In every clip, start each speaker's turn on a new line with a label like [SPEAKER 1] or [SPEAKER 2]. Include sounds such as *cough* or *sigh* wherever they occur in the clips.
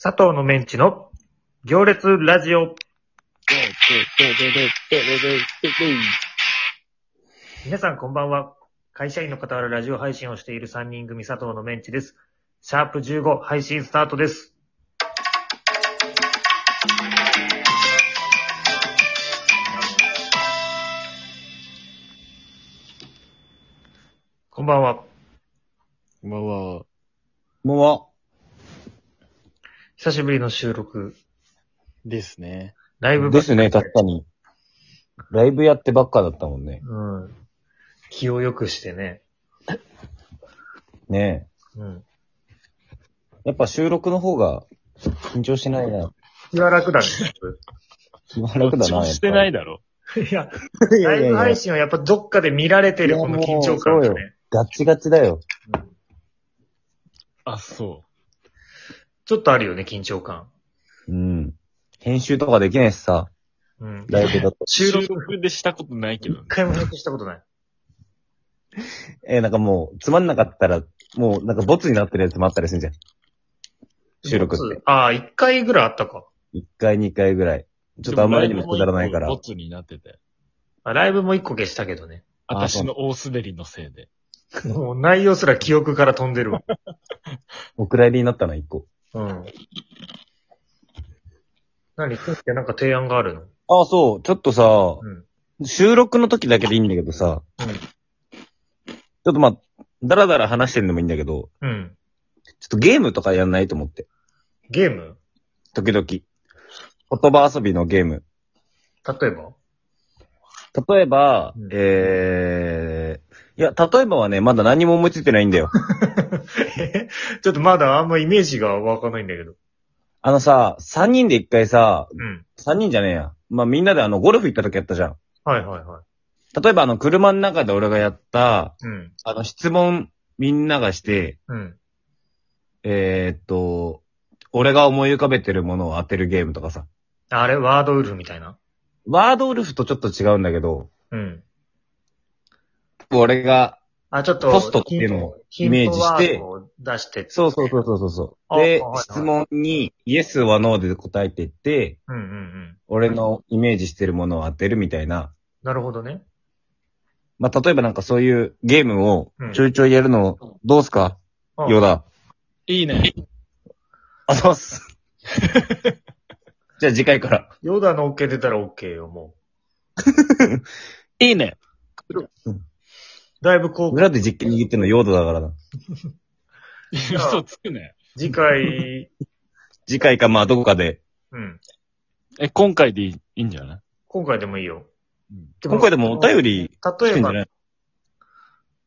[SPEAKER 1] 佐藤のメンチの行列ラジオ。皆さんこんばんは。会社員の傍らラジオ配信をしている3人組佐藤のメンチです。シャープ15配信スタートです。こんばんは。
[SPEAKER 2] こんばんは。
[SPEAKER 3] もうは、
[SPEAKER 1] 久しぶりの収録。
[SPEAKER 2] ですね。
[SPEAKER 1] ライブば
[SPEAKER 3] で
[SPEAKER 1] っか
[SPEAKER 3] すね、確かに。ライブやってばっかだったもんね。
[SPEAKER 1] うん。気を良くしてね。
[SPEAKER 3] ね
[SPEAKER 1] うん。
[SPEAKER 3] え。やっぱ収録の方が緊張しないな。
[SPEAKER 1] 気は楽だね。
[SPEAKER 3] 気は楽だな。
[SPEAKER 2] 緊張してない
[SPEAKER 3] だ。
[SPEAKER 2] だろ。
[SPEAKER 1] *laughs* いや、
[SPEAKER 3] いや
[SPEAKER 1] ラ
[SPEAKER 3] い
[SPEAKER 1] イ
[SPEAKER 3] や
[SPEAKER 1] ブ
[SPEAKER 3] い
[SPEAKER 1] 配
[SPEAKER 3] や。
[SPEAKER 1] 信はやっぱどっかで見られてるこの緊張感が
[SPEAKER 3] いやもうそう
[SPEAKER 1] ね。
[SPEAKER 3] ガチガチだよ。
[SPEAKER 1] うん
[SPEAKER 2] あ、そ
[SPEAKER 1] ちょっとあるよね、緊張感。
[SPEAKER 3] うん。編集とかできないしさ、
[SPEAKER 1] うん。
[SPEAKER 3] ライブだと。
[SPEAKER 2] う。
[SPEAKER 3] *laughs*
[SPEAKER 1] 収
[SPEAKER 2] 収
[SPEAKER 1] 録
[SPEAKER 2] 録でしたことないけど
[SPEAKER 1] 一
[SPEAKER 2] ね。
[SPEAKER 1] 回もなくしたことない。
[SPEAKER 3] えーなんかもう、つまんなかったら、もうなんかボツになってるやつもあったりするじゃん。収録って。
[SPEAKER 1] ああ、一回ぐらいあったか。
[SPEAKER 3] 一回、二回ぐらい。ちょっとあまりにもくだらないから。
[SPEAKER 2] ボツになってて。
[SPEAKER 1] あライブも一個消したけどね。
[SPEAKER 3] あ
[SPEAKER 2] 私の大滑りのせいで。
[SPEAKER 1] もう内容すら記憶から飛んでるわ。
[SPEAKER 3] お蔵入りになったな、一個。
[SPEAKER 1] うん。何くんってなんか提案があるの
[SPEAKER 3] ああ、そう。ちょっとさ、
[SPEAKER 1] うん。
[SPEAKER 3] 収録の時だけでいいんだけどさ、
[SPEAKER 1] うん
[SPEAKER 3] ちょっとまあ、だらだら話してるのもいいんだけど、
[SPEAKER 1] うん。
[SPEAKER 3] ちょっとゲームとかやんないと思って。
[SPEAKER 1] ゲーム
[SPEAKER 3] 時々。言葉遊びのゲーム。
[SPEAKER 1] 例え
[SPEAKER 3] *laughs*
[SPEAKER 1] ば
[SPEAKER 3] 例えば、
[SPEAKER 1] うん
[SPEAKER 3] えー、いや、例えばはね、まだ何も思いついてないんだよ。 *laughs*
[SPEAKER 1] えちょっとまだあんまイメージが湧かないんだけど。
[SPEAKER 3] あのさ、3人で一回さ、
[SPEAKER 1] うん。
[SPEAKER 3] 3人じゃねえや。まあみんなであの、ゴルフ行った時やったじゃん。
[SPEAKER 1] はいはいはい。
[SPEAKER 3] 例えばあの、車の中で俺がやった、
[SPEAKER 1] うん。
[SPEAKER 3] あの、質問みんながして、
[SPEAKER 1] うん。
[SPEAKER 3] えー、っと、俺が思い浮かべてるものを当てるゲームとかさ。
[SPEAKER 1] あれワードウルフみたいな。
[SPEAKER 3] ワードウルフとちょっと違うんだけど、
[SPEAKER 1] うん。
[SPEAKER 3] 俺が、
[SPEAKER 1] あ、ちょっと、
[SPEAKER 3] ポストっていうのを
[SPEAKER 1] ヒント
[SPEAKER 3] イメージして
[SPEAKER 1] ヒントワードを出して、
[SPEAKER 3] そうそうそうそうそう。
[SPEAKER 1] あ
[SPEAKER 3] で
[SPEAKER 1] はいはい、
[SPEAKER 3] 質問に、イエスはノーで答えていって、
[SPEAKER 1] うんうんうん。
[SPEAKER 3] 俺のイメージしてるものを当てるみたいな。
[SPEAKER 1] なるほどね。
[SPEAKER 3] まあ、例えばなんかそういうゲームを
[SPEAKER 1] うん
[SPEAKER 3] ちょいちょいやるの、どうすか、
[SPEAKER 1] うん
[SPEAKER 3] ヨダ。
[SPEAKER 2] いいね。
[SPEAKER 3] あ、そうっす。 *laughs* じゃあ次回から。
[SPEAKER 1] ヨダの OK 出たら OK よ、も
[SPEAKER 2] いいね。
[SPEAKER 1] う。だいぶこう、
[SPEAKER 3] 裏で実験握ってるのヨーダだからな。
[SPEAKER 2] 嘘つくね。
[SPEAKER 1] 次回、 *laughs*
[SPEAKER 3] 次回かまあどこかで。
[SPEAKER 1] うん。
[SPEAKER 2] え、今回でいいいいんじゃない
[SPEAKER 1] 今回でもいいよ。
[SPEAKER 3] 今回でもお便り来
[SPEAKER 1] 例
[SPEAKER 3] て
[SPEAKER 1] え
[SPEAKER 3] んじ
[SPEAKER 1] ば
[SPEAKER 3] ゃ、ない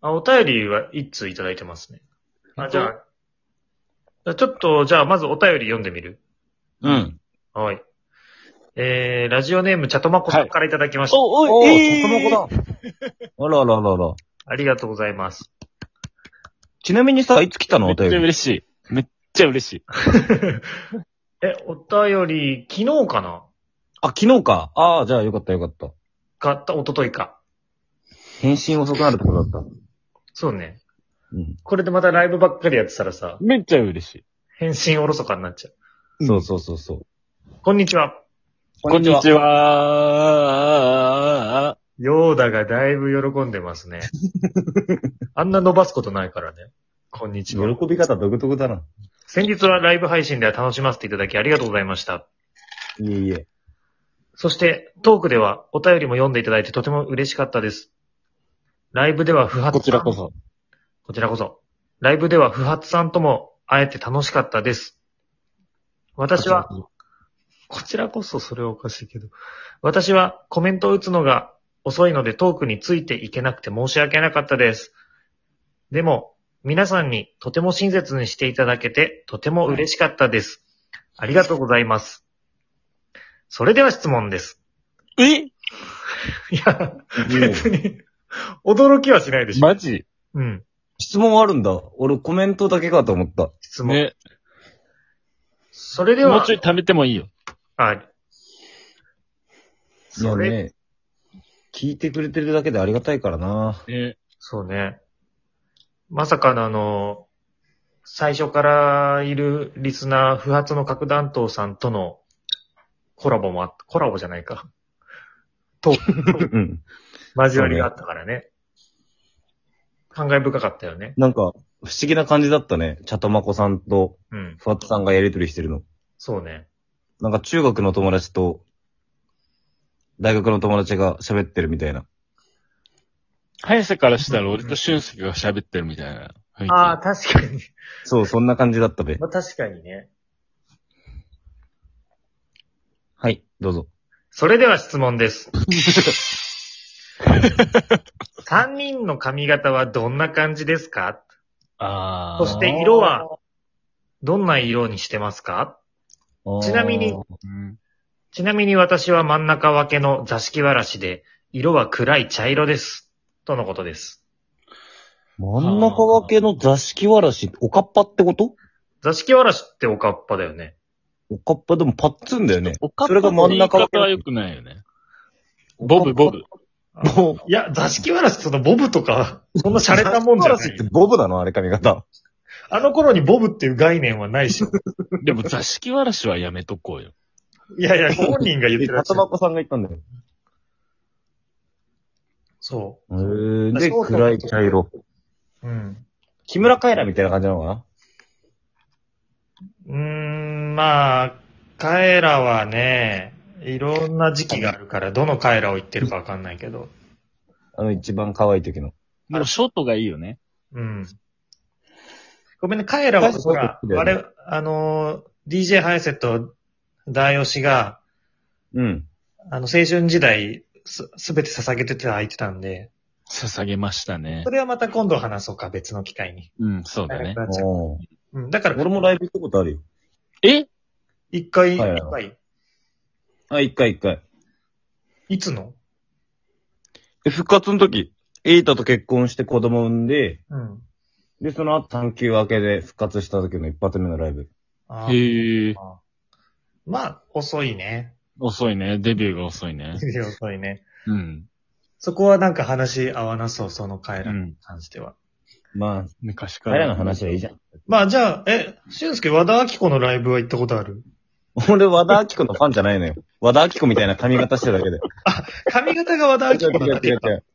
[SPEAKER 1] あ、お便りは一通いただいてますね。あ、じゃあ、じゃあちょっと、じゃあまずお便り読んでみる
[SPEAKER 3] うん。
[SPEAKER 1] はい。えー、ラジオネーム、チャトマコさんからいただきました。
[SPEAKER 2] お
[SPEAKER 3] おー、
[SPEAKER 2] え
[SPEAKER 3] そこの子だ。あらあらあらあら。
[SPEAKER 1] ありがとうございます。
[SPEAKER 3] ちなみにさ、いつ来たの
[SPEAKER 2] め
[SPEAKER 3] お
[SPEAKER 2] っちゃ
[SPEAKER 3] 便り。
[SPEAKER 2] 嬉しい。めっちゃ嬉しい。
[SPEAKER 1] え、お便り、昨日かな
[SPEAKER 3] あ、昨日か。ああ、じゃあよかったよかった。
[SPEAKER 1] か、おとといか。
[SPEAKER 3] 返信遅くなるところだった。
[SPEAKER 1] そうね。
[SPEAKER 3] うん。
[SPEAKER 1] これでまたライブばっかりやってたらさ、
[SPEAKER 2] めっちゃ嬉しい。
[SPEAKER 1] 返信おろそかになっちゃう。
[SPEAKER 3] そうそうそうそう。
[SPEAKER 1] こんにちは。
[SPEAKER 2] こんにちは。
[SPEAKER 1] ヨーダがだいぶ喜んでますね。あんな伸ばすことないからね。こんにちは。
[SPEAKER 3] 喜び方独特だな。
[SPEAKER 1] 先日はライブ配信では楽しませていただきありがとうございました。
[SPEAKER 3] いえいえ。
[SPEAKER 1] そして、トークではお便りも読んでいただいてとても嬉しかったです。ライブでは不発
[SPEAKER 2] こちらこ。そ。
[SPEAKER 1] こちらこそ。ライブでは不発さんとも会えて楽しかったです。私は、こちらこそそれはおかしいけど。私はコメントを打つのが遅いのでトークについていけなくて申し訳なかったです。でも、皆さんにとても親切にしていただけてとても嬉しかったです。ありがとうございます。それでは質問です。
[SPEAKER 2] え
[SPEAKER 1] いや、別に、驚きはしないでしょ。
[SPEAKER 2] マジ
[SPEAKER 1] うん、
[SPEAKER 3] *laughs* 質問あるんだ。俺コメントだけかと思った。
[SPEAKER 1] 質問。
[SPEAKER 2] ね。
[SPEAKER 1] それで
[SPEAKER 2] もう
[SPEAKER 1] は
[SPEAKER 2] ちょ、い貯めてもいいよ。
[SPEAKER 1] あ、それ、
[SPEAKER 3] いやね。聞いてくれてるだけでありがたいからな。
[SPEAKER 2] ね。
[SPEAKER 1] そうね。まさかのあの、最初からいるリスナー、不発の核弾頭さんとのコラボもあった、コラボじゃないか。と、
[SPEAKER 3] うん。
[SPEAKER 1] 交わりがあったからね。感慨深かったよね。
[SPEAKER 3] なんか、不思議な感じだったね。チャトマコさんと
[SPEAKER 1] うん。
[SPEAKER 3] ふわっとさんがやりとりしてるの。
[SPEAKER 1] そうね。
[SPEAKER 3] なんか中学の友達と、大学の友達が喋ってるみたいな。
[SPEAKER 2] 早瀬からしたら俺と俊介が喋ってるみたいな雰囲気。
[SPEAKER 1] ああ、確かに。
[SPEAKER 3] そう、そんな感じだったべ。
[SPEAKER 1] *laughs* まあ確かにね。
[SPEAKER 3] はい、どうぞ。
[SPEAKER 1] それでは質問 *laughs* です。3人の髪型はどんな感じですか
[SPEAKER 2] あー
[SPEAKER 1] そして色はどんな色にしてますかちなみに
[SPEAKER 2] うん
[SPEAKER 1] ちなみに私は真ん中分けの座敷わらしで、色は暗い茶色です。とのことです。
[SPEAKER 3] 真ん中分けの座敷わらし、おかっぱってこと
[SPEAKER 1] 座敷わらしっておかっぱだよね。
[SPEAKER 3] おかっぱでもパッツンだよね。
[SPEAKER 2] おかっ
[SPEAKER 3] それが
[SPEAKER 2] ぱの
[SPEAKER 3] 真
[SPEAKER 2] 言
[SPEAKER 3] ん
[SPEAKER 2] い
[SPEAKER 3] 中分け
[SPEAKER 2] 方は良くないよね。ボブ、ボブ。
[SPEAKER 3] もう、
[SPEAKER 1] いや、座敷わらしそのボブとか、 *laughs* そんな洒落たもんじゃ
[SPEAKER 3] 座
[SPEAKER 1] な
[SPEAKER 3] 敷わらしっ
[SPEAKER 1] い。
[SPEAKER 3] てボブなのあれ髪型。
[SPEAKER 1] あの頃にボブっていう概念はないし。 *laughs*
[SPEAKER 2] でも座敷わらしはやめとこ *laughs* うよ。
[SPEAKER 1] いやいや、本人が言って
[SPEAKER 3] で、
[SPEAKER 1] らっしゃ
[SPEAKER 3] た
[SPEAKER 1] る
[SPEAKER 3] ま。こさんが言ったんだよ。
[SPEAKER 1] そ
[SPEAKER 3] へー
[SPEAKER 1] そうそう
[SPEAKER 3] 色。
[SPEAKER 1] う。うん。
[SPEAKER 3] 木村カエラみたいな感じなのかな
[SPEAKER 1] うーん、まあ、カエラはね、いろんな時期があるから、どのカエラを言ってるかわかんないけど。
[SPEAKER 3] あの一番可愛い時の。
[SPEAKER 2] もうショートがいいよね。
[SPEAKER 1] うん。ごめんね、カエラは僕が、
[SPEAKER 3] 大したこと
[SPEAKER 1] あ
[SPEAKER 3] だよ
[SPEAKER 1] れ、あのー、DJ ハイセット、大吉が、
[SPEAKER 3] うん。
[SPEAKER 1] あの、青春時代、す、すべて捧げてて空いてたんで、
[SPEAKER 2] 捧げましたね
[SPEAKER 1] そ。れはまた今度話そうか、別の機会に。
[SPEAKER 2] うん、そうだ
[SPEAKER 1] 長
[SPEAKER 2] ね。
[SPEAKER 1] くなっちゃう
[SPEAKER 3] おー
[SPEAKER 1] うん、だから、
[SPEAKER 3] 俺もライブ行ったことあるよ。
[SPEAKER 2] え
[SPEAKER 1] 一回、一
[SPEAKER 3] はいはい
[SPEAKER 1] 回、
[SPEAKER 3] あ、一回一回。
[SPEAKER 1] いつの
[SPEAKER 3] え、復活の時、エイタと結婚して子供産んで、
[SPEAKER 1] うん。
[SPEAKER 3] で、その後産休明けで復活した時の一発目のライブ。
[SPEAKER 1] あー
[SPEAKER 2] へえ。
[SPEAKER 1] あーまあ、遅いね。 *laughs*
[SPEAKER 2] 遅いね。デビューが遅いね。
[SPEAKER 1] 遅いね。
[SPEAKER 2] うん。
[SPEAKER 1] そこはなんか話合わなそう、そのカエ
[SPEAKER 2] う
[SPEAKER 1] ラに
[SPEAKER 2] ん。
[SPEAKER 1] 関しては。
[SPEAKER 3] まあ、
[SPEAKER 2] 昔から。
[SPEAKER 3] 彼らの話はいいじゃん。
[SPEAKER 1] まあじゃあ、え、俊介和田明子のライブは行ったことある
[SPEAKER 3] 俺、和田明子のファンじゃないのよ。 *laughs* 和田明子みたいな髪型してるだけで。
[SPEAKER 1] 髪型が和田明子
[SPEAKER 3] 違
[SPEAKER 1] だっ
[SPEAKER 3] う違う違
[SPEAKER 1] て
[SPEAKER 3] う違う。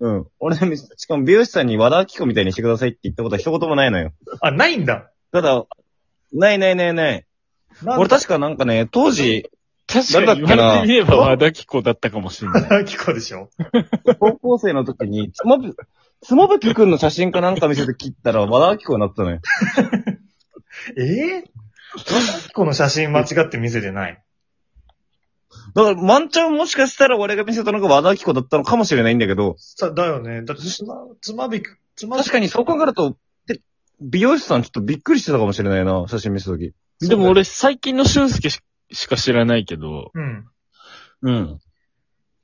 [SPEAKER 3] うん。俺、しかも美容師さんに和田明子みたいにしてくださいって言ったことは一言もないのよ。
[SPEAKER 1] *laughs* あ、ないんだ。
[SPEAKER 3] ただ、ないないないない。
[SPEAKER 1] なん
[SPEAKER 3] 俺確かなんかね、当時、
[SPEAKER 2] 確かに言われてみれば和田貴子だったかもしれない。
[SPEAKER 1] 和田明子でしょ。
[SPEAKER 3] 高校生の時に、つまぶ、つまぶきくんの写真かなんか見せて切ったら和田明子になったのよ。
[SPEAKER 1] ええ和田明子の写真間違って見せてない。
[SPEAKER 3] だから、ワンチャンもしかしたら俺が見せたのが和田明子だったのかもしれないんだけど、
[SPEAKER 1] さ、だよね。だって、つま、つまびく、つまび
[SPEAKER 3] 確かにそう考えると、て美容師さんちょっとびっくりしてたかもしれないな、写真見せた時。
[SPEAKER 2] *laughs* でも俺最近の俊介ししか知らないけど、
[SPEAKER 1] うん。
[SPEAKER 3] うん。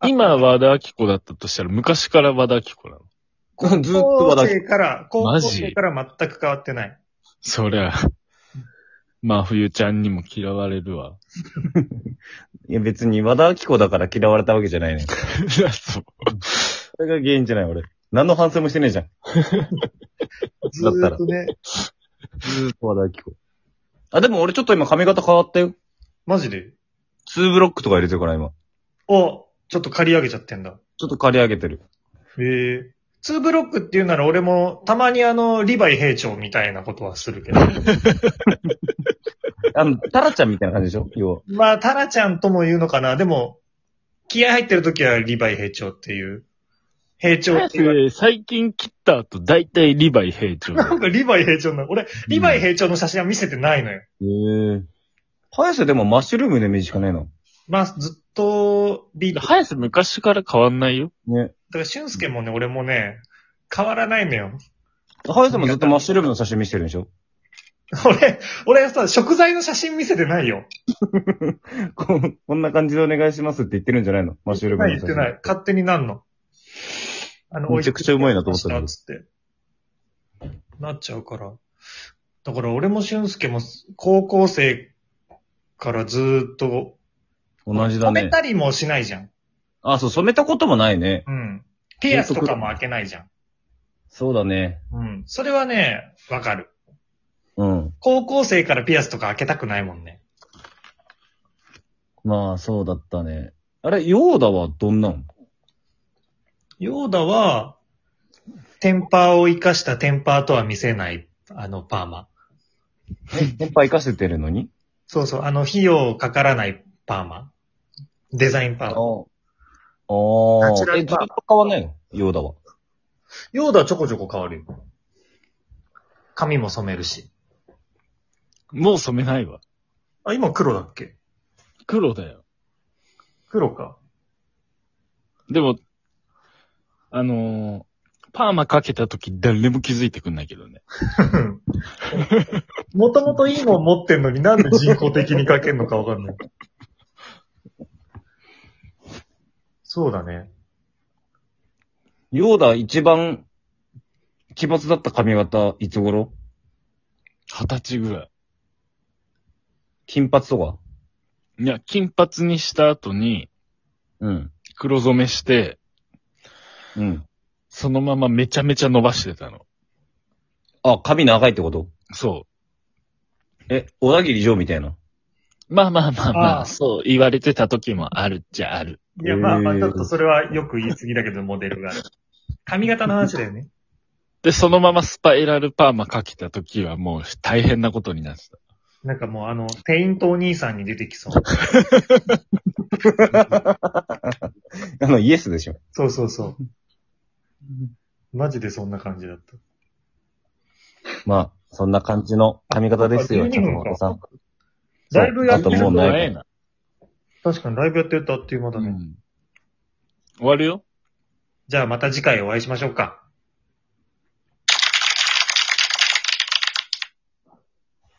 [SPEAKER 2] 今和田貴子だったとしたら昔から和田貴子なの。
[SPEAKER 3] ずっと
[SPEAKER 1] 高
[SPEAKER 3] 和田
[SPEAKER 1] 校
[SPEAKER 3] 明子。
[SPEAKER 1] 生から、高校
[SPEAKER 2] マジ
[SPEAKER 1] 生から全く変わってない。
[SPEAKER 2] そりゃ、真冬ちゃんにも嫌われ
[SPEAKER 1] *laughs*
[SPEAKER 2] るわ。
[SPEAKER 3] いや別に和田明子だから嫌われたわけじゃないね。
[SPEAKER 2] そう。
[SPEAKER 3] それが原因じゃない、俺。何の反省もしてねえじゃん。
[SPEAKER 1] ずーっとね。
[SPEAKER 3] ずーっと和田明子。あ、でも俺ちょっと今髪型変わったよ。
[SPEAKER 1] マジで。
[SPEAKER 3] 2ブロックとか入れてるから今。
[SPEAKER 1] お、ちょっと借り上げちゃってんだ。
[SPEAKER 3] ちょっと刈り上げてる。
[SPEAKER 1] へえ。ツーブロックっていうなら俺も、たまにあの、リヴァイ兵長みたいなことはするけど。
[SPEAKER 3] あの、タラちゃんみたいな感じでしょ要は。
[SPEAKER 1] まあ、タラちゃんとも言うのかな。でも、気合入ってる時はリヴァイ兵長っていう。兵長っていう。
[SPEAKER 2] 最近切った後、大体リヴァイ兵長。
[SPEAKER 1] なんかリヴァイ兵長なの。俺、 *laughs* リヴァイ兵長の写真は見せてないのよ。
[SPEAKER 3] へえ。早瀬でもマッシュルームのイメージしかないの。
[SPEAKER 1] まあ、ずっと、ビート。だか
[SPEAKER 2] 早瀬昔から変わんないよ。
[SPEAKER 3] ね。
[SPEAKER 1] ら、俊介もね、俺もね、変わらないのよ。 *laughs*
[SPEAKER 3] 早瀬もずっとマッシュルームの写真見せてるんでしょ
[SPEAKER 1] 俺、俺さ、食材の写真見せてないよ。
[SPEAKER 3] こんこんな感じでお願いしますって言ってるんじゃないのマッシュルームの
[SPEAKER 1] 言
[SPEAKER 3] 写
[SPEAKER 1] っ
[SPEAKER 3] 真。
[SPEAKER 1] てない。勝手になんの。あ
[SPEAKER 3] めちゃくちゃうまいなと思ったんだけど
[SPEAKER 1] つって。なっちゃうから。だから俺も俊介も高校生からずーっと、
[SPEAKER 3] 同じだ
[SPEAKER 1] 染め
[SPEAKER 3] ね。
[SPEAKER 1] たりもしないじゃん。
[SPEAKER 3] あ、そう、染めたこともないね。
[SPEAKER 1] うん。ピアスとかも開けないじゃん。
[SPEAKER 3] そうだね。
[SPEAKER 1] うん。それはね、わかる。高校生からピアスとか開けたくないもんね。
[SPEAKER 3] まあ、そうだったね。あれ、ヨーダはどんなん
[SPEAKER 1] ヨーダは、テンパーを生かしたテンパーとは見せない、あの、パーマ。
[SPEAKER 3] 先輩生かせてるのに
[SPEAKER 1] そうそう、あの、費用かからないパーマ。デザインパ
[SPEAKER 3] あ
[SPEAKER 1] ー
[SPEAKER 3] あ
[SPEAKER 1] マ。。
[SPEAKER 3] ああ
[SPEAKER 1] ナチュ。ラル
[SPEAKER 3] え、ずっと変わんないのヨーダは。
[SPEAKER 1] ヨーダはちょこちょこ変わるよ。髪も染めるし。
[SPEAKER 2] もう染めないわ。
[SPEAKER 1] あ、今黒だっけ
[SPEAKER 2] 黒だよ。
[SPEAKER 1] 黒 *laughs* か。
[SPEAKER 2] でも、あのーパーマかけた時誰も気づいてくんないけどね。
[SPEAKER 1] もともといいもん持ってんのになんで人工的にかけんのかわかんない。そうだね。
[SPEAKER 3] ヨーダ一番、奇抜だった髪型、いつ頃
[SPEAKER 2] 二十歳ぐらい。
[SPEAKER 3] 金髪とか
[SPEAKER 2] いや、金髪にした後に
[SPEAKER 3] うん。
[SPEAKER 2] 黒染めして、
[SPEAKER 3] うん。
[SPEAKER 2] そのままめちゃめちゃ伸ばしてたの。
[SPEAKER 3] あ、髪長いってこと
[SPEAKER 2] そ
[SPEAKER 3] え、小田切城みたいな。
[SPEAKER 2] う。まあまあまあまあ、
[SPEAKER 1] あー
[SPEAKER 2] そう言われてた時もあるっちゃある。
[SPEAKER 1] いや、まあまあ、
[SPEAKER 3] へー
[SPEAKER 1] ちょっとそれはよく言い過ぎだけど、モデルが。髪型の話だよね。
[SPEAKER 2] で、そのままスパイラルパーマかけた時はもう大変なことになってた。
[SPEAKER 1] なんかもうあの、店員とお兄さんに出てきそう。
[SPEAKER 3] あの、イエスでしょ。
[SPEAKER 1] そうそうそう。マジでそんな感じだった。
[SPEAKER 3] まあ、そんな感じの髪型ですよ、
[SPEAKER 1] あ12
[SPEAKER 3] ちょっと
[SPEAKER 1] 分
[SPEAKER 3] ま
[SPEAKER 1] か
[SPEAKER 3] こさん。
[SPEAKER 1] だいぶやって
[SPEAKER 3] あ
[SPEAKER 1] る
[SPEAKER 3] ともうない
[SPEAKER 2] な。
[SPEAKER 1] 確かにライブやってるとあっという間だ
[SPEAKER 2] う
[SPEAKER 1] ね。
[SPEAKER 2] ん。終わるよ
[SPEAKER 1] じゃあまた次回お会いしましょうか。